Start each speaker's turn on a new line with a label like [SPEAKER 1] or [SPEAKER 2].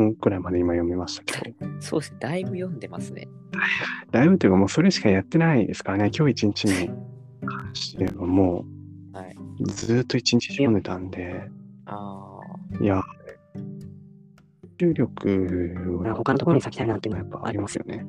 [SPEAKER 1] 分くらいまで今読みましたけど、
[SPEAKER 2] そうですね。だいぶ読んでますね。
[SPEAKER 1] だいぶというかもうそれしかやってないですからね、今日一日に関してはも
[SPEAKER 2] はい。
[SPEAKER 1] うずーっと一日中読んでたんで、
[SPEAKER 2] あ
[SPEAKER 1] いや、集中力を
[SPEAKER 3] 他のところに割きたいなっていう
[SPEAKER 1] や
[SPEAKER 3] の
[SPEAKER 1] っぱありますよね。